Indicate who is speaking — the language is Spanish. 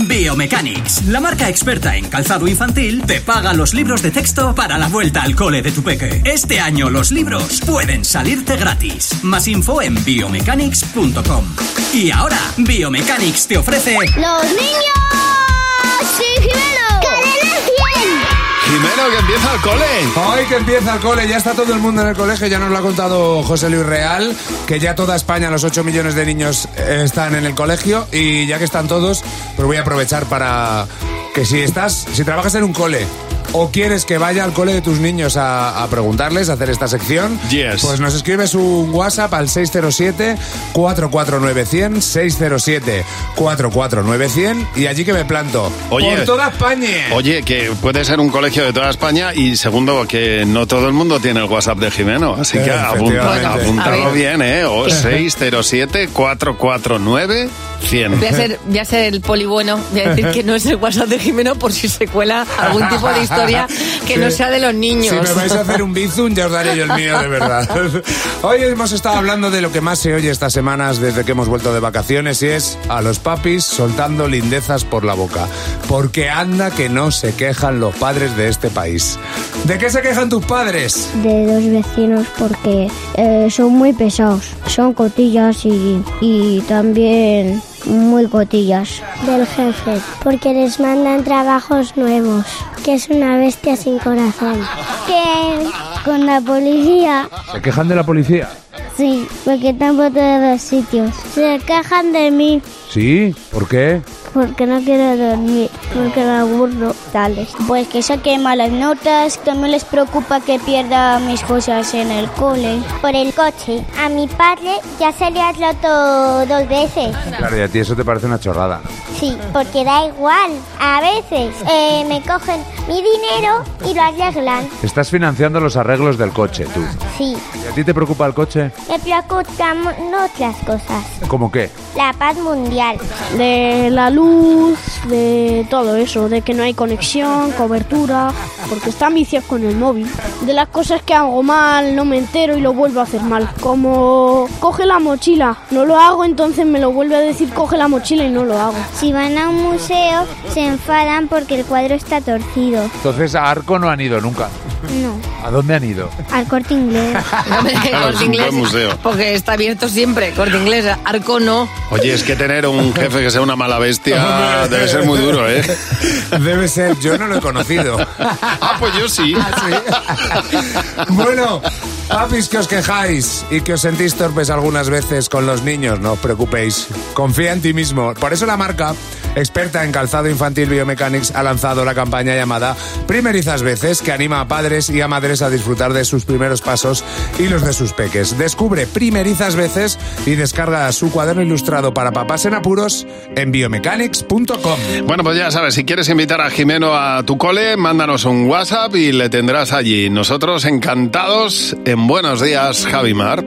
Speaker 1: Biomechanics, la marca experta en calzado infantil, te paga los libros de texto para la vuelta al cole de tu peque. Este año los libros pueden salirte gratis. Más info en biomechanics.com. Y ahora, Biomechanics te ofrece...
Speaker 2: ¡Los niños! ¡Sí, Jimeno!
Speaker 3: Jimeno, que empieza el cole.
Speaker 4: Hoy que empieza el cole, ya está todo el mundo en el colegio, ya nos lo ha contado José Luis Real, que ya toda España, los 8 millones de niños eh, están en el colegio y ya que están todos, pues voy a aprovechar para que si estás, si trabajas en un cole o quieres que vaya al cole de tus niños a, a preguntarles, a hacer esta sección,
Speaker 3: Yes.
Speaker 4: pues nos escribes un WhatsApp al 607-449-100, 607-449-100 y allí que me planto.
Speaker 3: Oye.
Speaker 4: Por toda España.
Speaker 3: Oye, que puede ser un colegio de toda España y segundo, que no todo el mundo tiene el WhatsApp de Jimeno, así que
Speaker 4: Efectivamente.
Speaker 3: apunta,
Speaker 4: Bueno,
Speaker 3: apúntalo
Speaker 5: a ver.
Speaker 3: bien, ¿eh? O 607-449-100.
Speaker 5: Voy a, ser, voy a ser el poli bueno, voy a decir que no es el WhatsApp de Jimeno por si se cuela algún tipo de historia que
Speaker 4: Sí.
Speaker 5: no sea de los niños.
Speaker 4: Si me vais a hacer un bizum, ya os daré yo el mío, de verdad. Hoy hemos estado hablando de lo que más se oye estas semanas desde que hemos vuelto de vacaciones y es a los papis soltando lindezas por la boca. Porque anda que no se quejan los padres de este país. ¿De qué se quejan tus padres?
Speaker 2: De los vecinos porque eh, son muy pesados. Son cotillas y, y también muy cotillas. Del jefe, porque les mandan trabajos nuevos. Que es una bestia sin corazón. Que con la policía
Speaker 4: ¿Se quejan de la policía?
Speaker 2: Sí, porque tengo todos los sitios. Se quejan de mí
Speaker 4: Sí, ¿por qué?
Speaker 2: porque no quiero dormir, porque me aburro. Tales. Pues que saque malas notas, también les preocupa que pierda mis cosas en el cole. Eh, Por el coche. A mi padre ya se le ha roto dos veces.
Speaker 4: Claro, y a ti eso te parece una chorrada.
Speaker 2: Sí, porque da igual. A veces eh, me cogen mi dinero y lo arreglan.
Speaker 4: Estás financiando los arreglos del coche, tú.
Speaker 2: Sí,
Speaker 4: ¿Y a ti te preocupa el coche?
Speaker 2: me preocupan otras cosas.
Speaker 4: ¿Cómo qué?
Speaker 2: La paz mundial.
Speaker 6: de la luz, de todo eso, de que no hay conexión, cobertura, porque están viciados con el móvil. De las cosas que hago mal, no me entero y lo vuelvo a hacer mal. Como coge la mochila, no lo hago, entonces me lo vuelve a decir coge la mochila y no lo hago.
Speaker 2: Si van a un museo, se enfadan porque el cuadro está torcido.
Speaker 4: Entonces a Arco no han ido nunca.
Speaker 2: No,
Speaker 4: ¿A dónde han ido?
Speaker 2: al corte inglés.
Speaker 5: No me digas
Speaker 3: Claro, es
Speaker 5: corte
Speaker 3: un buen
Speaker 5: inglés,
Speaker 3: museo.
Speaker 5: porque está abierto siempre, corte inglés, arco no.
Speaker 3: Oye, es que tener un jefe que sea una mala bestia debe ser muy duro, ¿eh?
Speaker 4: Debe ser, yo no lo he conocido.
Speaker 3: Ah, pues yo sí.
Speaker 4: Ah, Bueno, papis que os quejáis y que os sentís torpes algunas veces con los niños, no os preocupéis. Confía en ti mismo. Por eso la marca experta en calzado infantil Biomechanics ha lanzado la campaña llamada Primerizas veces que anima a padres y a madres a disfrutar de sus primeros pasos y los de sus peques. Descubre Primerizas veces y descarga su cuaderno ilustrado para papás en apuros en biomechanics.com.
Speaker 3: Bueno, pues ya sabes, si quieres invitar a Jimeno a tu cole, mándanos un WhatsApp y le tendrás allí. Nosotros encantados en Buenos Días, Javimar.